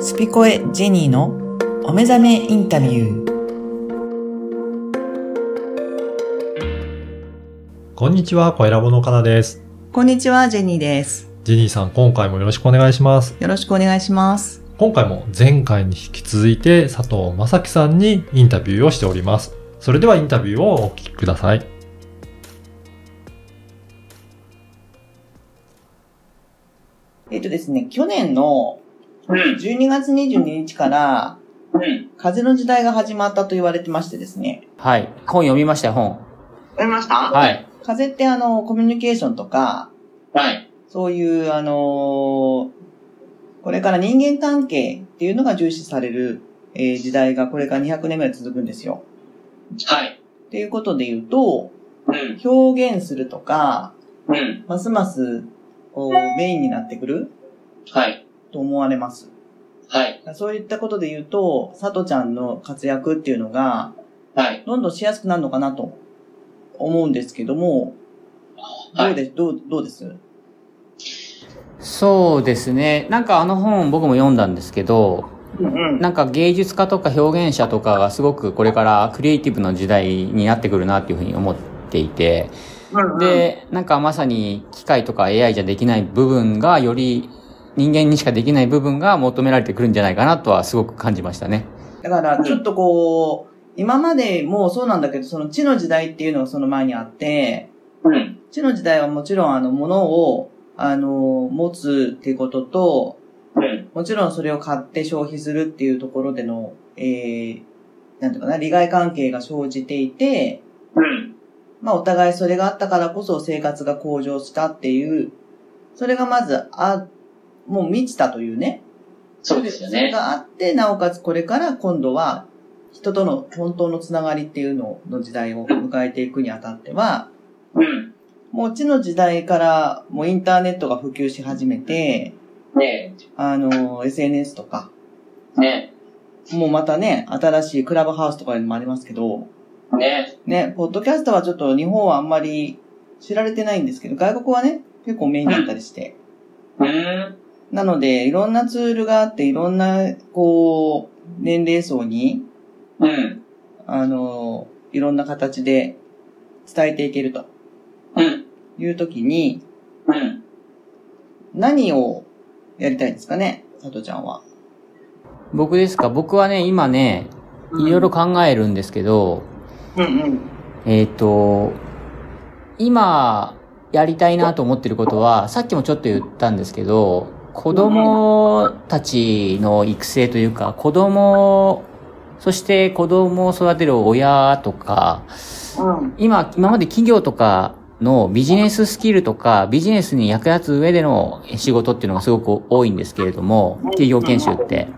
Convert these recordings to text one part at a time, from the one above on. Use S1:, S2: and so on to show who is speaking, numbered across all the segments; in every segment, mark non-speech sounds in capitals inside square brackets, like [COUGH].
S1: スピコエジェニーのお目覚めインタビュー。
S2: こんにちは、小ラボのかなです。
S3: こんにちは、ジェニーです。
S2: ジェニーさん、今回もよろしくお願いします。
S3: よろしくお願いします。
S2: 今回も前回に引き続いて佐藤正樹さんにインタビューをしております。それではインタビューをお聞きください。
S1: えっとですね、去年の
S4: うん、
S1: 12月22日から
S4: うん。
S1: 風の時代が始まったと言われてましてですね。
S5: はい。本読みましたよ、本。
S4: 読みました。
S5: はいい。
S1: 風ってあの、コミュニケーションとか、
S4: はい。
S1: そういうあの、これから人間関係っていうのが重視される、えー時代がこれから200年ぐらい続くんですよ。
S4: はい。
S1: っていうことで言うと、
S4: うん、
S1: 表現するとか、
S4: うん。
S1: ますますこうメインになってくる
S4: はい。
S1: と思われます。
S4: はい。
S1: そういったことで言うと、さとちゃんの活躍っていうのが、
S4: はい。
S1: どんどんしやすくなるのかなと思うんですけども、
S4: はい
S1: どうです、どう、どうです
S5: そうですね。なんかあの本僕も読んだんですけど、なんか芸術家とか表現者とかがすごくこれからクリエイティブの時代になってくるなっていうふうに思っていて、で、なんかまさに機械とか AI じゃできない部分がより人間にしかできない部分が求められてくるんじゃないかなとはすごく感じましたね。
S1: だから、ちょっとこう、今までもそうなんだけど、その地の時代っていうのがその前にあって、
S4: うん、
S1: 地の時代はもちろんあの、物を、あの、持つっていうことと、
S4: うん、
S1: もちろんそれを買って消費するっていうところでの、えー、なんていうかな、利害関係が生じていて、
S4: うん。
S1: まあお互いそれがあったからこそ生活が向上したっていう、それがまず、あ、もう満ちたというね。
S4: そうですよ
S1: それ
S4: ね。
S1: があって、なおかつこれから今度は、人との本当のつながりっていうのの時代を迎えていくにあたっては、
S4: うん。
S1: もう地の時代からもうインターネットが普及し始めて、
S4: ね
S1: あの、SNS とか、
S4: え、ね
S1: もうまたね、新しいクラブハウスとかにもありますけど、
S4: え、ね
S1: ね、ポッドキャストはちょっと日本はあんまり知られてないんですけど、外国はね、結構メインだったりして。
S4: え。うん、
S1: なので、いろんなツールがあって、いろんな、こう、年齢層に、
S4: うん、
S1: あの、いろんな形で伝えていけると
S4: うん、
S1: いうときに、
S4: うん。
S1: 何をやりたいですかね、佐藤ちゃんは。
S5: 僕ですか僕はね、今ね、いろいろ考えるんですけど、
S1: うんうん。
S5: えっ、と、今やりたいなと思ってることは、さっきもちょっと言ったんですけど、子供たちの育成というか、子供、そして子供を育てる親とか、今、今まで企業とかのビジネススキルとか、ビジネスに役立つ上での仕事っていうのがすごく多いんですけれども、企業研修って。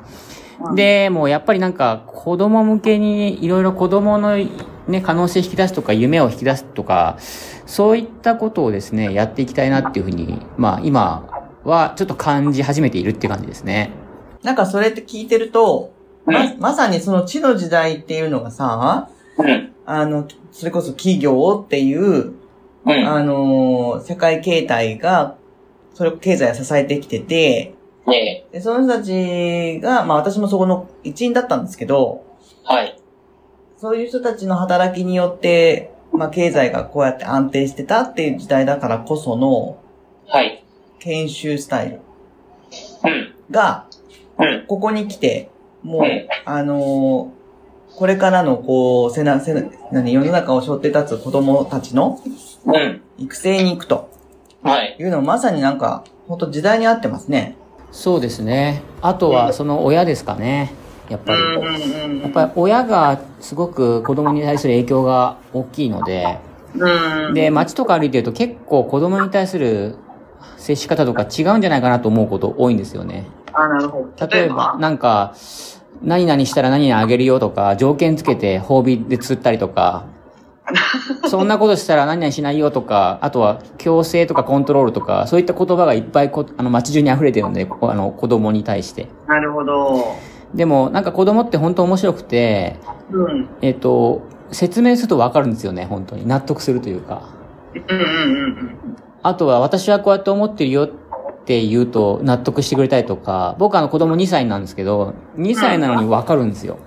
S5: で、もうやっぱりなんか子供向けにいろいろ子供のね、可能性引き出すとか、夢を引き出すとか、そういったことをですね、やっていきたいなっていうふうに、まあ今はちょっと感じ始めているっていう感じですね。
S1: なんかそれって聞いてると、
S4: うん
S1: ま、まさにその地の時代っていうのがさ、
S4: うん、
S1: あの、それこそ企業っていう、
S4: うん。
S1: あのー世界形態が、それ、経済を支えてきてて、
S4: ね
S1: でその人たちが、まあ私もそこの一員だったんですけど、
S4: え、はい。
S1: そういう人たちの働きによって、まあ経済がこうやって安定してたっていう時代だからこその
S4: はい。
S1: 研修スタイル
S4: うん、
S1: が、
S4: うん、
S1: ここに来て、もう
S4: うん、
S1: あのーこれからのこう、せな、せな、何、世の中を背負って立つ子供たちの
S4: うん。
S1: 育成に行くと。
S4: はい。
S1: いうのもまさになんか、ほんと時代に合ってますね。
S5: そうですね。あとはその親ですかね。やっぱり。
S1: ん
S5: やっぱり親がすごく子供に対する影響が大きいので、
S1: うん
S5: で、街とか歩いてると結構子供に対する接し方とか違うんじゃないかなと思うこと多いんですよね。
S1: あ、なるほど。
S5: 例えば、なんか、何々したら何々あげるよとか、条件つけて褒美で釣ったりと [LAUGHS] か、そんなことしたら何々しないよとか、あとは強制とかコントロールとか、そういった言葉がいっぱいこあの街中に溢れてるので、こあの子供に対して。
S1: なるほど。
S5: でも、なんか子供って本当面白くて、
S1: うん。
S5: えっ、と、説明するとわかるんですよね、本当に。納得するというか。
S1: うんうんうん
S5: あとは私はこうやって思ってるよって言うと納得してくれたりとか、僕あの子供2歳なんですけど、2歳なのにわかるんですよ。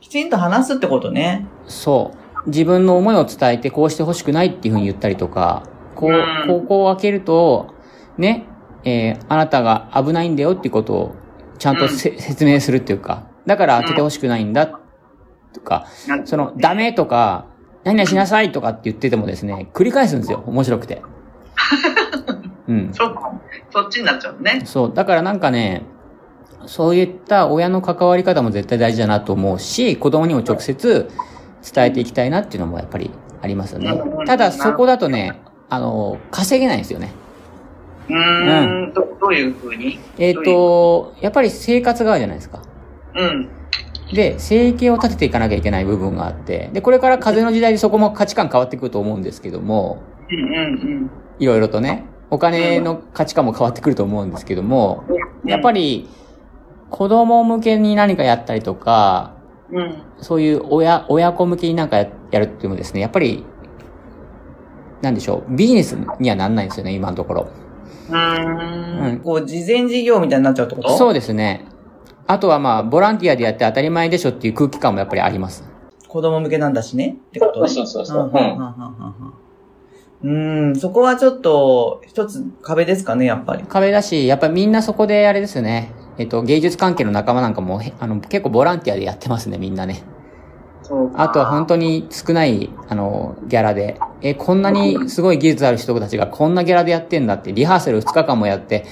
S1: きちんと話すってことね。
S5: そう。自分の思いを伝えてこうしてほしくないっていうふうに言ったりとか、こう
S4: うん、
S5: 高校を開けると、ね、えーあなたが危ないんだよってことをちゃんとせ説明するっていうか、だから開けてほしくないんだ、とか、
S4: なん
S5: その、ダメとか、何々しなさいとかって言っててもですね、繰り返すんですよ。面白く [LAUGHS] て。うん。
S1: そうか。そっちになっちゃうね。
S5: そう。だからなんかね、そういった親の関わり方も絶対大事だなと思うし、子供にも直接伝えていきたいなっていうのもやっぱりありますよね
S4: う。ん
S5: ただそこだとね、あの、稼げないんですよね。
S4: うーん、どどういう風に
S5: えっ、と、やっぱり生活があるじゃないですか。
S4: うん。
S5: で、生計を立てていかなきゃいけない部分があって、で、これから風の時代でそこも価値観変わってくると思うんですけども、
S4: うんうん
S5: いろいろとね、お金の価値観も変わってくると思うんですけども、
S4: うん。
S5: やっぱり、子供向けに何かやったりとか、
S4: うん。
S5: そういう親、親子向けになんかややるっていうのもですね、やっぱり、なんでしょう、ビジネスにはなんないんですよね、今のところ。
S4: う。
S5: うんん。
S1: こう、事前事業みたいになっちゃうってこと。
S5: そううですね。あとはまあ、ボランティアでやって当たり前でしょっていう空気感もやっぱりあります。
S1: 子供向けなんだしね。ってこと
S4: そう
S1: ね
S4: そうそう
S1: う
S4: そ
S1: ん
S4: う。
S1: う
S4: うん
S1: うん
S4: ん。
S1: うんうんうん、そこはちょっと、一つ壁ですかね、やっぱり。
S5: 壁だし、やっぱりみんなそこであれですよね。えっと、芸術関係の仲間なんかも、へあの、結構ボランティアでやってますね、みんなね。
S4: そうか
S5: あとは本当に少ない、あの、ギャラで。え、こんなにすごい技術ある人たちがこんなギャラでやってんだって、リハーサル2日間もやって、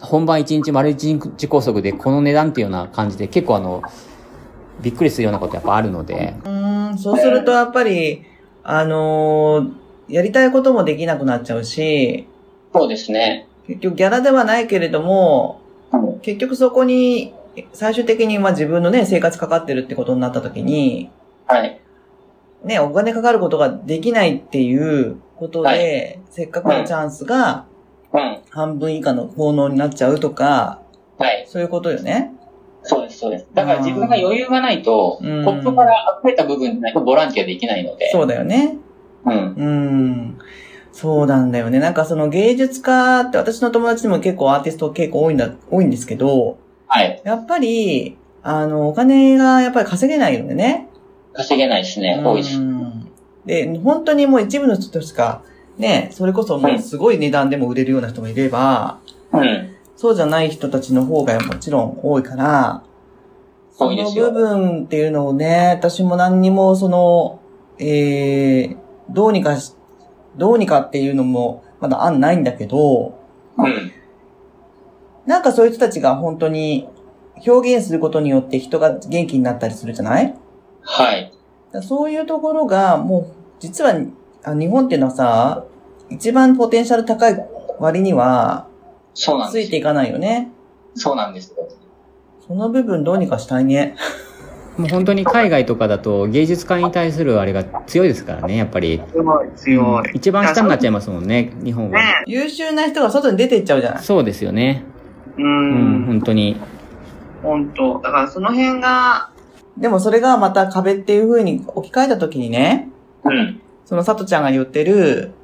S5: 本番1日丸1日拘束でこの値段っていうような感じで、結構あの、びっくりするようなことやっぱあるので、
S1: うん、そうするとやっぱり、あのーやりたいこともできなくなっちゃうし、
S4: そうですね。
S1: 結局ギャラではないけれども、
S4: うん
S1: 結局そこに、最終的にまあ自分のね、生活かかってるってことになった時に、
S4: はい。
S1: ね、お金かかることができないっていうことで、
S4: は
S1: せっかくのチャンスが
S4: うん。
S1: 半分以下の効能になっちゃうとか、
S4: はい。
S1: そういうことよね。
S4: そうです、そうです。だから自分が余裕がないと、コ
S1: うん
S4: ップから溢れた部分でないとボランティアできないので。
S1: そうだよね。
S4: うん。
S1: うん。そうなんだよね。なんかその芸術家って私の友達にも結構アーティスト結構多いんだ、多いんですけど、
S4: はい。
S1: やっぱり、あの、お金がやっぱり稼げないよね。
S4: 稼げないですね。多いです。
S1: うんで、本当にもう一部の人としか、ね、それこそもうすごい値段でも売れるような人もいれば、
S4: うん。
S1: そうじゃない人たちの方がもちろん多いから、
S4: 多いです
S1: その部
S4: よ。
S1: 分っていうのをね、私も何にもその、えー、どうにかし、どうにかっていうのもまだ案ないんだけど、
S4: うん。
S1: なんかそういう人たちが本当に表現することによって人が元気になったりするじゃないだか
S4: はい。
S1: らそういうところがもう実はあ日本っていうのはさ、一番ポテンシャル高い割には
S4: そうなん
S1: つ
S4: で
S1: い
S4: す
S1: ていかないよね。
S4: そうなんですよ。
S1: その部分どうにかしたいね。
S5: もう本当に海外とかだと芸術家に対するあれが強いですからね、やっぱり。
S4: すごい
S5: うん一番下になっちゃいますもんね、日本は。
S1: 優秀な人が外に出ていっちゃうじゃない
S5: そうですよね。
S4: う
S5: うん、。本当に。
S4: 本当。だからその辺が、
S1: でもそれがまた壁っていう風に置き換えた時にね、
S4: うん。
S1: そのさとちゃんが言ってる、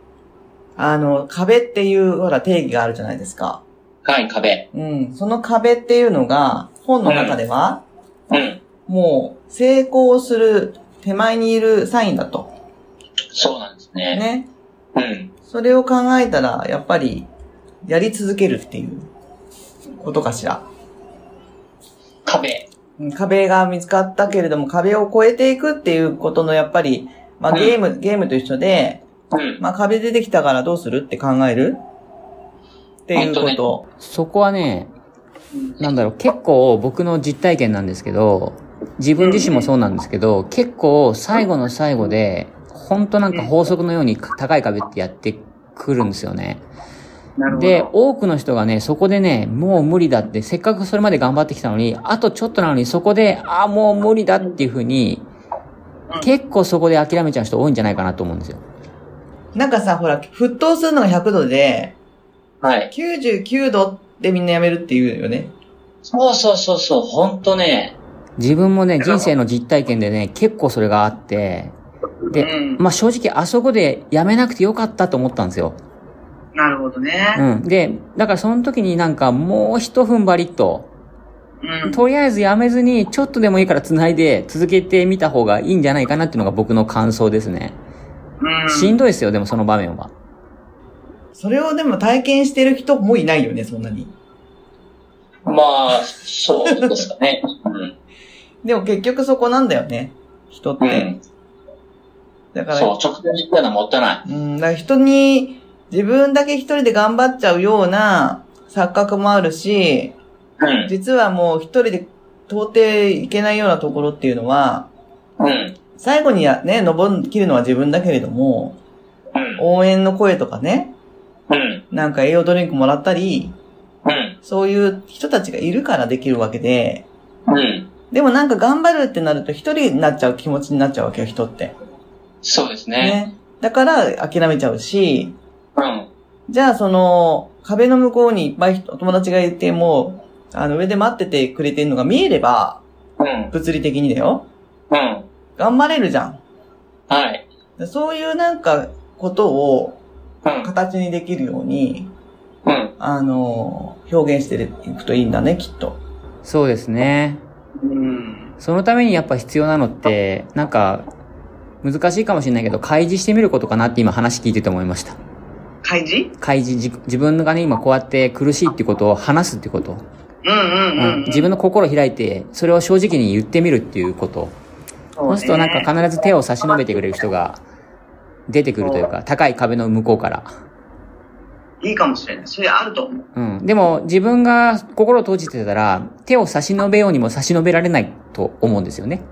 S1: あの、壁っていう、ほら、定義があるじゃないですか。
S4: はい、壁。
S1: うん。その壁っていうのが、本の中では、
S4: うん。
S1: もう、成功する手前にいるサインだと。
S4: そうなんですね。
S1: ね。
S4: うん。
S1: それを考えたら、やっぱり、やり続けるっていうことかしら。
S4: 壁。
S1: うん壁が見つかったけれども、壁を越えていくっていうことの、やっぱり、まあ、
S4: うん
S1: ゲーム、ゲームと一緒で、
S4: うん。
S1: まあ、壁出てきたからどうするって考えるっていうこと。
S5: そこはね、なんだろう、結構僕の実体験なんですけど、自分自身もそうなんですけど、結構最後の最後で、ほんとなんか法則のように高い壁ってやってくるんですよね。
S4: なるほど。
S5: で、多くの人がね、そこでね、もう無理だって、せっかくそれまで頑張ってきたのに、あとちょっとなのにそこで、ああ、もう無理だっていうふうに
S4: うん、
S5: 結構そこで諦めちゃう人多いんじゃないかなと思うんですよ。
S1: なんかさ、ほら、沸騰するのが100度で、
S4: はい。
S1: 99度でみんなやめるって言うよね。
S4: そうそうそうそう、本当ね。
S5: 自分もね、人生の実体験でね、結構それがあって、で
S4: うん。
S5: まあ正直あそこでやめなくてよかったと思ったんですよ。
S4: う
S6: なるほどね。
S5: うん。で、だからその時になんかもう一踏ん張りと、
S6: うん。
S5: とりあえずやめずにちょっとでもいいから繋いで続けてみた方がいいんじゃないかなっていうのが僕の感想ですね。
S6: うん。
S5: しんどいですよ、でもその場面は。
S1: それをでも体験してる人もいないよね、そんなに。
S4: まあ、そうですかね。うん。
S1: でも結局そこなんだよね。人っ
S4: う
S1: て。
S4: ん。
S1: だから、
S4: そう、直接言ったのはもったいない。
S1: うん、だから人に、自分だけ一人で頑張っちゃうような錯覚もあるし、
S4: うん。
S1: 実はもう一人で到底いけないようなところっていうのは、
S4: うん。
S1: 最後にやね、登りきるのは自分だけれども、
S4: うん。
S1: 応援の声とかね、
S4: うん。
S1: なんか栄養ドリンクもらったり、
S4: うん。
S1: そういう人たちがいるからできるわけで、
S4: うん。
S1: でもなんか頑張るってなると一人になっちゃう気持ちになっちゃうわけよ、人って。
S4: そうですね。
S1: ね。だから諦めちゃうし、
S4: うん。
S1: じゃあその壁の向こうにいっぱい人お友達がいてもう、あの上で待っててくれてるのが見えれば、
S4: うん。
S1: 物理的にだよ。
S4: うん。
S1: 頑張れるじゃん
S4: はい。
S1: で。そういうなんかことを
S4: うん。
S1: 形にできるように、
S4: うん。
S1: あの、表現していくといいんだね、きっと。
S5: そうですね。
S6: うん。
S5: そのためにやっぱ必要なのって、なんか、難しいかもしれないけど、開示してみることかなって今話聞いてて思いました。
S6: 開示
S5: 開示、自自分がね、今こうやって苦しいってことを話すってこと。
S6: うんうん
S5: う
S6: うん
S5: ん。。自分の心を開いて、それを正直に言ってみるっていうこと。そうするとなんか必ず手を差し伸べてくれる人が出てくるというか、高い壁の向こうから。
S6: いいかもしれない。それあると思う。
S5: うん。でも自分が心を閉じてたら、手を差し伸べようにも差し伸べられないと思うんですよね。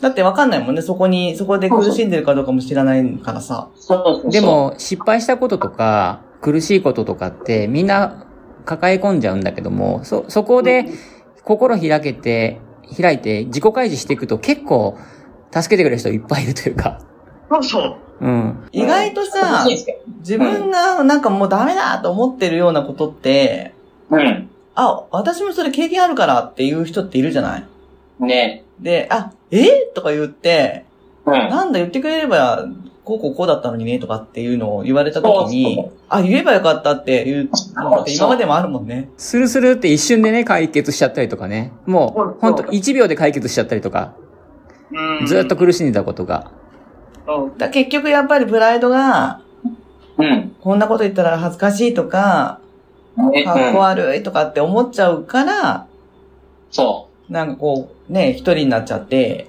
S1: だってわかんないもんね、そこに、そこで苦しんでるかどうかも知らないからさ。
S4: そうそう
S5: で、も失敗したこととか、苦しいこととかってみんな抱え込んじゃうんだけども、そ、そこで心開けて、開いて自己開示していくと結構助けてくれる人いっぱいいるというか。
S6: そうそう。
S5: うん。
S1: 意外とさ
S4: 楽しい、ですけ
S1: 自分がなんかもうダメだと思ってるようなことって、
S4: どうん。
S1: あ、私もそれ経験あるからっていう人っているじゃない
S4: ね
S1: で、あ、えとか言って、
S4: うん。
S1: なんだ言ってくれれば、こうこうこうだったのにねとかっていうのを言われた時
S4: そう
S1: に、あ、言えばよかったっていうのって今までもあるもんね。
S5: スルスルって一瞬でね、解決しちゃったりとかね。もう、ほんと1秒で解決しちゃったりとか、
S6: うん。
S5: ずっと苦しんでたことが。
S6: そう。
S1: だ結局やっぱりプライドが、
S4: うん。
S1: こんなこと言ったら恥ずかしいとか、
S4: ね
S1: かっこ
S4: うん。
S1: 悪いとかって思っちゃうから、
S4: そ
S1: なんかこう、ね、一人になっちゃって、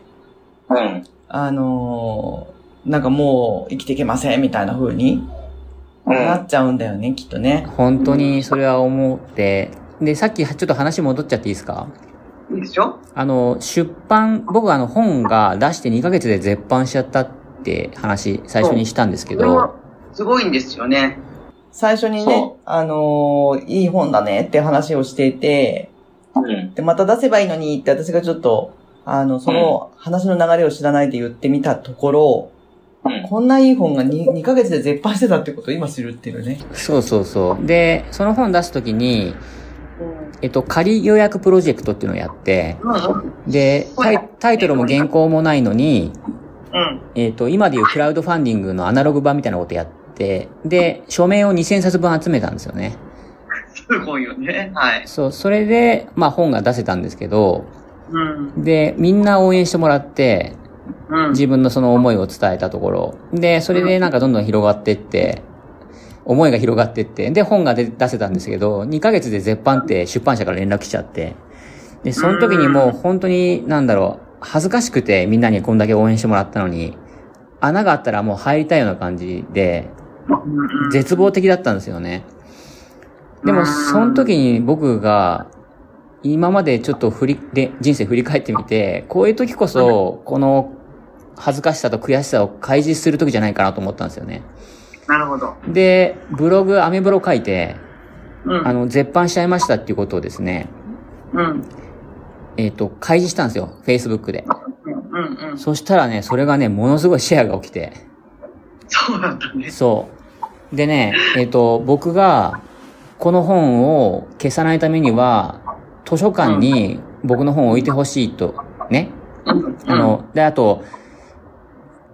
S4: う。うん。
S1: あのーなんかもう生きていけませんみたいな風に
S4: う。
S1: なんっちゃうんだよね、きっとね。
S5: 本当にそれは思って。で、さっきちょっと話戻っちゃっていいですか
S6: いいでしょ
S5: あの、出版、僕あの本が出して2ヶ月で絶版しちゃったって話、最初にしたんですけ
S6: これは
S5: ど、
S6: すごいんですよね。
S1: 最初にね
S4: そ、
S1: あのーいい本だねって話をしていて、
S4: うん。
S1: で、また出せばいいのにって私がちょっと、あの、その話の流れを知らないで言ってみたところ、
S4: うん。
S1: こんないい本が 2, 2ヶ月で絶版してたってことを今知るっていうね。
S5: そうそうそう。で、その本出すときに、えっと、仮予約プロジェクトっていうのをやって、
S6: うんうん。
S5: で、タイタイトルも原稿もないのに、
S6: うん。
S5: えっ、と、今でいうクラウドファンディングのアナログ版みたいなことやって、で、署名を2000冊分集めたんですよね。
S6: [LAUGHS] すごいよね。はい。
S5: そう、それで、まあ本が出せたんですけど、
S6: うん。
S5: で、みんな応援してもらって、
S6: うん。
S5: 自分のその思いを伝えたところ、で、それでなんかどんどん広がってって、思いが広がってって、で、本が出出せたんですけど、2ヶ月で絶版って出版社から連絡来ちゃって、で、その時にもう本当に、なんだろう、恥ずかしくてみんなにこんだけ応援してもらったのに、穴があったらもう入りたいような感じで、
S6: うん
S5: 絶望的だったんですよね。でも、その時に僕が、今までちょっと振り、で、人生振り返ってみて、こういう時こそ、この恥ずかしさと悔しさを開示する時じゃないかなと思ったんですよね。
S6: なるほど。
S5: で、ブログ、アメブロ書いて、
S6: う
S5: あ
S6: ん。
S5: の、絶版しちゃいましたっていうことをですね、
S6: うん。
S5: えっ、と、開示したんですよ。Facebook で。
S6: うん。うん。うん。
S5: そしたらね、それがね、ものすごいシェアが起きて。
S6: そうだったね。
S5: そう。でね、えっ、と、僕が、この本を消さないためには、図書館に僕の本を置いてほしいと、ね。
S6: うん。
S5: あの、で、あと、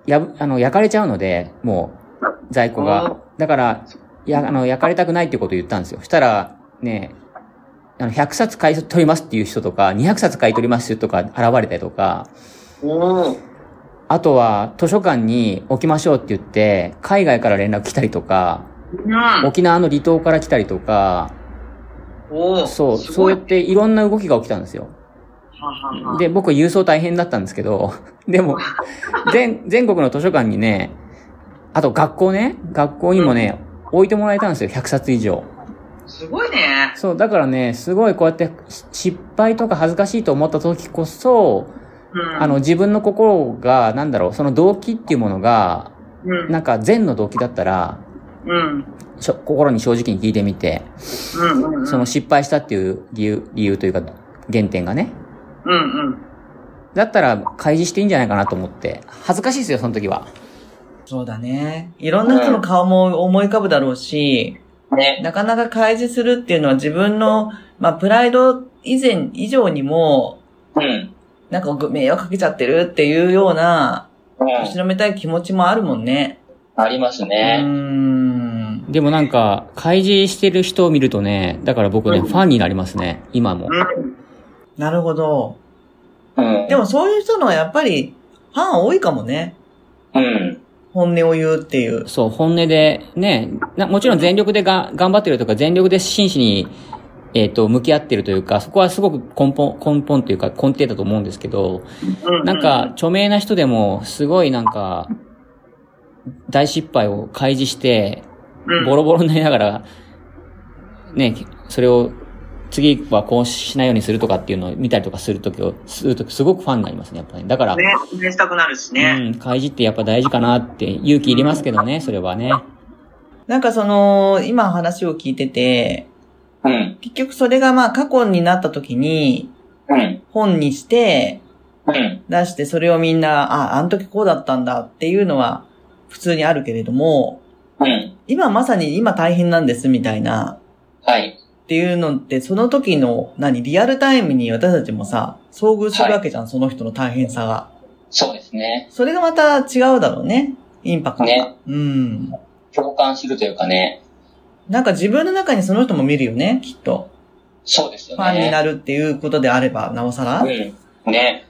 S5: やぶ、あの、焼かれちゃうので、もう、在庫が。だから、や、あの、焼かれたくないってことを言ったんですよ。そしたら、ね、あの、100冊買い取りますっていう人とか、200冊買い取りますとか現れたりとか、
S6: おお。
S5: あとは図書館に置きましょうって言って、海外から連絡来たりとか、
S6: うん。
S5: 沖縄の離島から来たりとか、
S6: おお。
S5: そう、
S6: す
S5: そう
S6: ごい
S5: やっていろんな動きが起きたんですよ。
S6: ははは。
S5: で、僕郵送大変だったんですけど、 [LAUGHS] でも、全、全国の図書館にね、あと学校ね、学校にもね、置いてもらえたんですよ、100冊以上。
S6: すごいね。
S5: そう、だからね、すごいこうやってし失敗とか恥ずかしいと思った時こそ、
S6: うん。
S5: あの、自分の心が、なんだろう、その動機っていうものが、
S6: うん。
S5: なんか善の動機だったら、
S6: うん。
S5: しょ心に正直に聞いてみて、
S6: うん。うん。
S5: その失敗したっていう理由、理由というか、原点がね。
S6: うん。うん。
S5: だったら、開示していいんじゃないかなと思って。恥ずかしいですよ、その時は。
S1: そうだね。いろんな人の顔も思い浮かぶだろうし、
S4: ね。
S1: なかなか開示するっていうのは自分の、まあ、プライド以前、以上にも、
S4: うん。うん。
S1: なんかご迷惑かけちゃってるっていうような、後ろめたい気持ちもあるもんね。
S4: あります
S1: うー
S4: ね。
S1: ん。
S5: でもなんか、開示してる人を見るとね、だから僕ね、ファンになりますね、今も。
S1: なるほど。
S4: うん。
S1: でもそういう人のやっぱり、ファン多いかもね。
S4: うん。
S1: 本音を言うっていう。
S5: そう、本音で、ね、なもちろん全力でが頑張ってるとか、全力で真摯に、えっ、と、向き合ってるというか、そこはすごく根本、根本というか根底だと思うんですけど、
S6: [LAUGHS] うん。
S5: なんか、、著名な人でも、すごいなんか、大失敗を開示して、
S6: うん、
S5: ボロボロになりながら、ね、それを、次はこうしないようにするとかっていうのを見たりとかするときを、するときすごくファンになりますね、やっぱり、ね。だから、
S6: ね、応援したくなるしね。
S5: うん、開示ってやっぱ大事かなって勇気いりますけどね、それはね。
S1: なんかその、今話を聞いてて、
S4: うん。
S1: 結局それがまあ過去になった時に、
S4: うん。
S1: 本にして、
S4: うん。
S1: 出してそれをみんな、あ、あの時こうだったんだっていうのは普通にあるけれども、
S4: うん。
S1: 今まさに今大変なんですみたいな
S4: はい。
S1: っていうのって、その時の何、リアルタイムに私たちもさ、遭遇するわけじゃん、その人の大変さが。
S4: そうですね。
S1: それがまた違うだろうね。インパクトが。
S4: ね
S1: うん。
S4: 共感するというかね。
S1: なんか自分の中にその人も見るよね、きっと。
S4: そうですよ
S1: フ
S4: ね。
S1: ァンになるっていうことであれば、なおさら。
S4: うん。ね。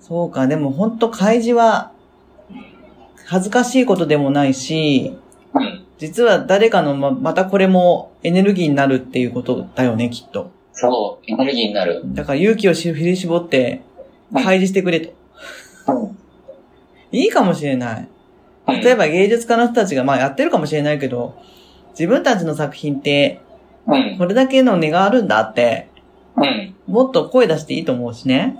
S1: そうか、でも本当開示は、恥ずかしいことでもないし、
S4: うん。
S1: 実は誰かのま、またこれもエネルギーになるっていうことだよね、きっと。
S4: そう。エネルギーになる。
S1: だから勇気をし振り絞って、
S4: うん
S1: 開示してくれと。
S4: うん。
S1: いいかもしれない。
S4: うん
S1: 例えば芸術家の人たちが、まあやってるかもしれないけど、自分たちの作品って、
S4: うん。
S1: これだけの値があるんだって、
S4: うん。
S1: もっと声出していいと思うしね。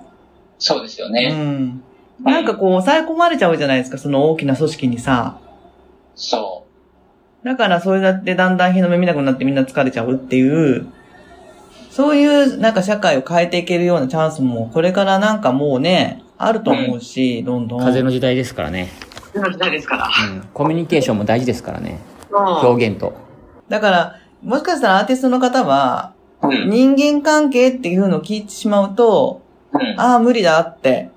S4: そうですよ
S1: う
S4: ね。
S1: ん。なんかこう、抑え込まれちゃうじゃないですか、その大きな組織にさ。
S4: そ
S1: だから、それだってだんだん日の目見なくなってみんな疲れちゃうっていう、そういうなんか社会を変えていけるようなチャンスも、これからなんかもうね、あると思うし、どんどん。
S5: 風の時代ですからね。
S6: 今の時代ですから。
S5: うん。コミュニケーションも大事ですからね。
S6: そう。
S5: 表現と。
S1: だから、もしかしたらアーティストの方は、
S4: う。うん。
S1: 人間関係っていうのを聞いてしまうと、
S4: うん。
S1: ああ、無理だって。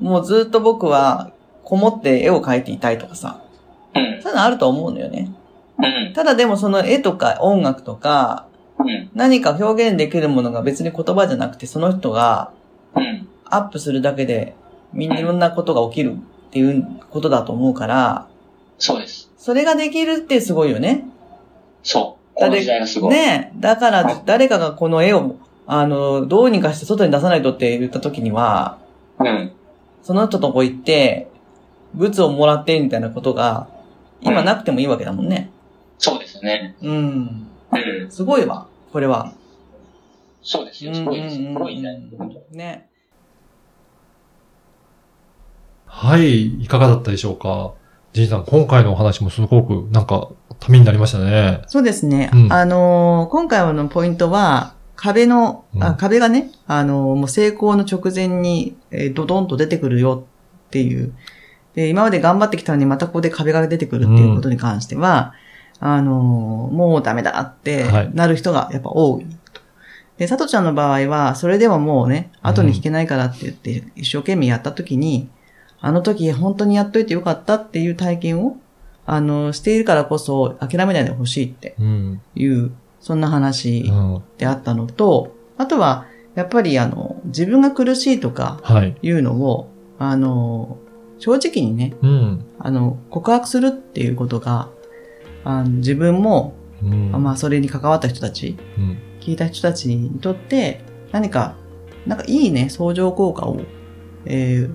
S1: もうずっと僕は、こもって絵を描いていたいとかさ。
S4: うん。
S1: そういうのあると思うのよね。
S4: うん。
S1: ただでもその絵とか音楽とか、
S4: うん。
S1: 何か表現できるものが別に言葉じゃなくて、その人が
S4: うん。
S1: アップするだけで、みんないろんなことが起きるっていうことだと思うから、
S4: そうです。
S1: それができるってすごいよね。
S4: そう。この時代がすごい。
S1: ねえ。だか
S4: は
S1: ら
S4: い、
S1: 誰かがこの絵を、あの、どうにかして外に出さないとって言った時には、
S4: うん。
S1: その人とこ行って、物をもらってみたいなことが、今なくてもいいわけだもんね。
S4: そうですね。
S1: うん。
S4: うん。
S1: すごいわ、これは。
S4: そうです
S1: う
S4: よ。
S1: ん
S4: す
S1: う
S4: ごいです。す
S1: ん
S4: ご
S1: う
S4: い時代。本当
S1: ん。ね。
S2: はい、いかがだったでしょうかジンさん、今回のお話もすごく、なんか、ためになりましたね。
S3: そうですね。
S2: うん
S3: あのー今回のポイントは、壁の、
S2: う
S3: あ
S2: ん
S3: 壁がね、あのーもう成功の直前に、えードドンと出てくるよっていう。で、今まで頑張ってきたのにまたここで壁が出てくるっていうことに関しては、あのーもうダメだって
S2: はい
S3: なる人がやっぱ多いと。で、佐藤ちゃんの場合は、それでももうね、後に引けないからって言って、一生懸命やった時に、あの時本当にやっといてよかったっていう体験を
S1: あの、しているからこそ諦めないでほしいって
S2: うん。
S1: いう、そんな話
S2: うん。
S1: であったのと、あとは、やっぱりあの、自分が苦しいとか
S2: はい。
S1: いうのを、あの、正直にね、
S2: うん。
S1: あの、告白するっていうことが、あの自分も、
S2: うん。
S1: まあ、それに関わった人たち、
S2: うん。
S1: 聞いた人たちにとって、何か、なんかいいね、相乗効果を、えー、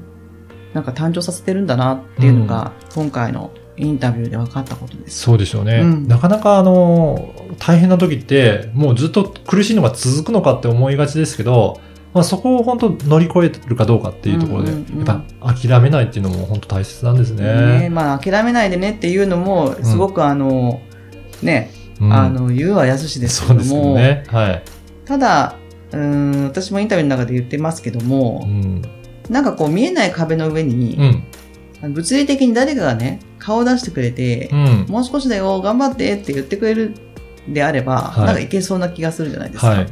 S1: なんか誕生させてるんだなっていうのが、今回のインタビューで分かったことです。
S2: そうでしょうね。
S1: うん
S2: なかなかあの、大変な時って、もうずっと苦しいのが続くのかって思いがちですけど、まあそこを本当乗り越えてるかどうかっていうところで、
S1: うんうんうん
S2: やっぱ諦めないっていうのも本当大切なんですね。
S1: ねまあ、諦めないでねっていうのも、すごくあの、ね、
S2: うん
S1: あの、言うはやすしですけ
S2: そう
S1: ど
S2: ですよ
S1: も、
S2: ね。はい。
S1: ただ、うーん、私もインタビューの中で言ってますけど
S2: う
S1: も、
S2: ん。
S1: なんかこう見えない壁の上
S2: う
S1: に、
S2: ん。
S1: 物理的に誰かがね、顔を出してくれて
S2: う、ん。
S1: もう少しだよ、頑張ってって言ってくれるんであれば、
S2: はい
S1: なんかいけそうな気がするじゃないですか。
S2: はい。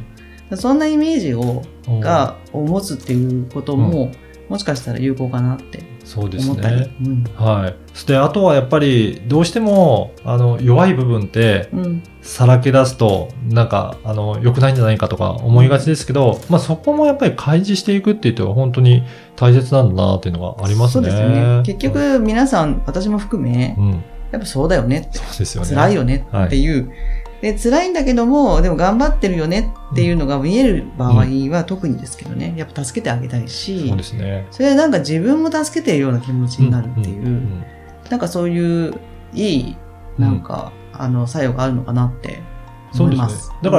S1: そんなイメージを、
S2: おー
S1: が、を持つっていうことも、もしかしたら有効かなって
S2: そうです
S1: 思ったり。
S2: ね。はい。そしてあとはやっぱりどうしてもあの弱い部分って
S1: うん。うん。
S2: さらけ出すとなんかあの良くないんじゃないかとか思いがちですけど、まあそこもやっぱり開示していくっていうのは本当に大切なんだなっていうのがあります
S1: そう
S2: ね。
S1: ですよね。結、局、皆さん、私も含め
S2: う、ん、
S1: やっぱそうだよねって
S2: そうですよね。
S1: 辛いよねっていう、で辛いんだけどもでも頑張ってるよねっていうのが見える場合は特にですけどねやっぱ助けてあげたいし
S2: そうですね。
S1: それはなんか自分も助けてるような気持ちになるっていう、
S2: んん
S1: なんかそういういいなんか、あの作用があるのかなって
S2: そう
S1: 思
S2: で
S1: い
S2: すね
S1: ます。
S2: だか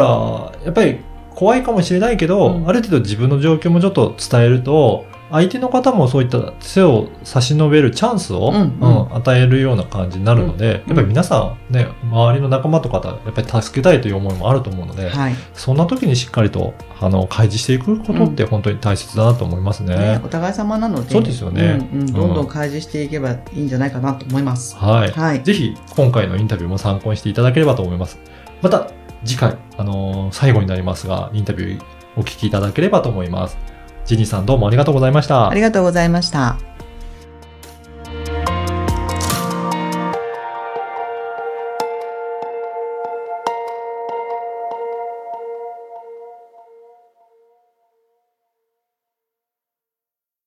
S2: ら、やっぱり怖いかもしれないけど、
S1: うん
S2: ある程度自分の状況もちょっと伝えると、相手の方もそういった背を差し伸べるチャンス
S1: う
S2: を、
S1: ん
S2: うん与えるような感じになるので、
S1: うん
S2: やっぱり皆さんね、周りの仲間とかだやっぱり助けたいという思いもあると思うので、
S1: はい、
S2: そんな時にしっかりと、あの、開示していくことって本当に大切だなと思います
S1: ね
S2: ね。
S1: お互い様なので
S2: そうですよね
S1: うんうんどんどん開示していけばいいんじゃないかなと思います。
S2: はい。
S1: はい、
S2: ぜひ、今回のインタビューも参考にしていただければと思います。また、次回、あのー最後になりますが、インタビューお聞きいただければと思います。ジニーさんどうもありがとうございました
S1: あり。がとうございました。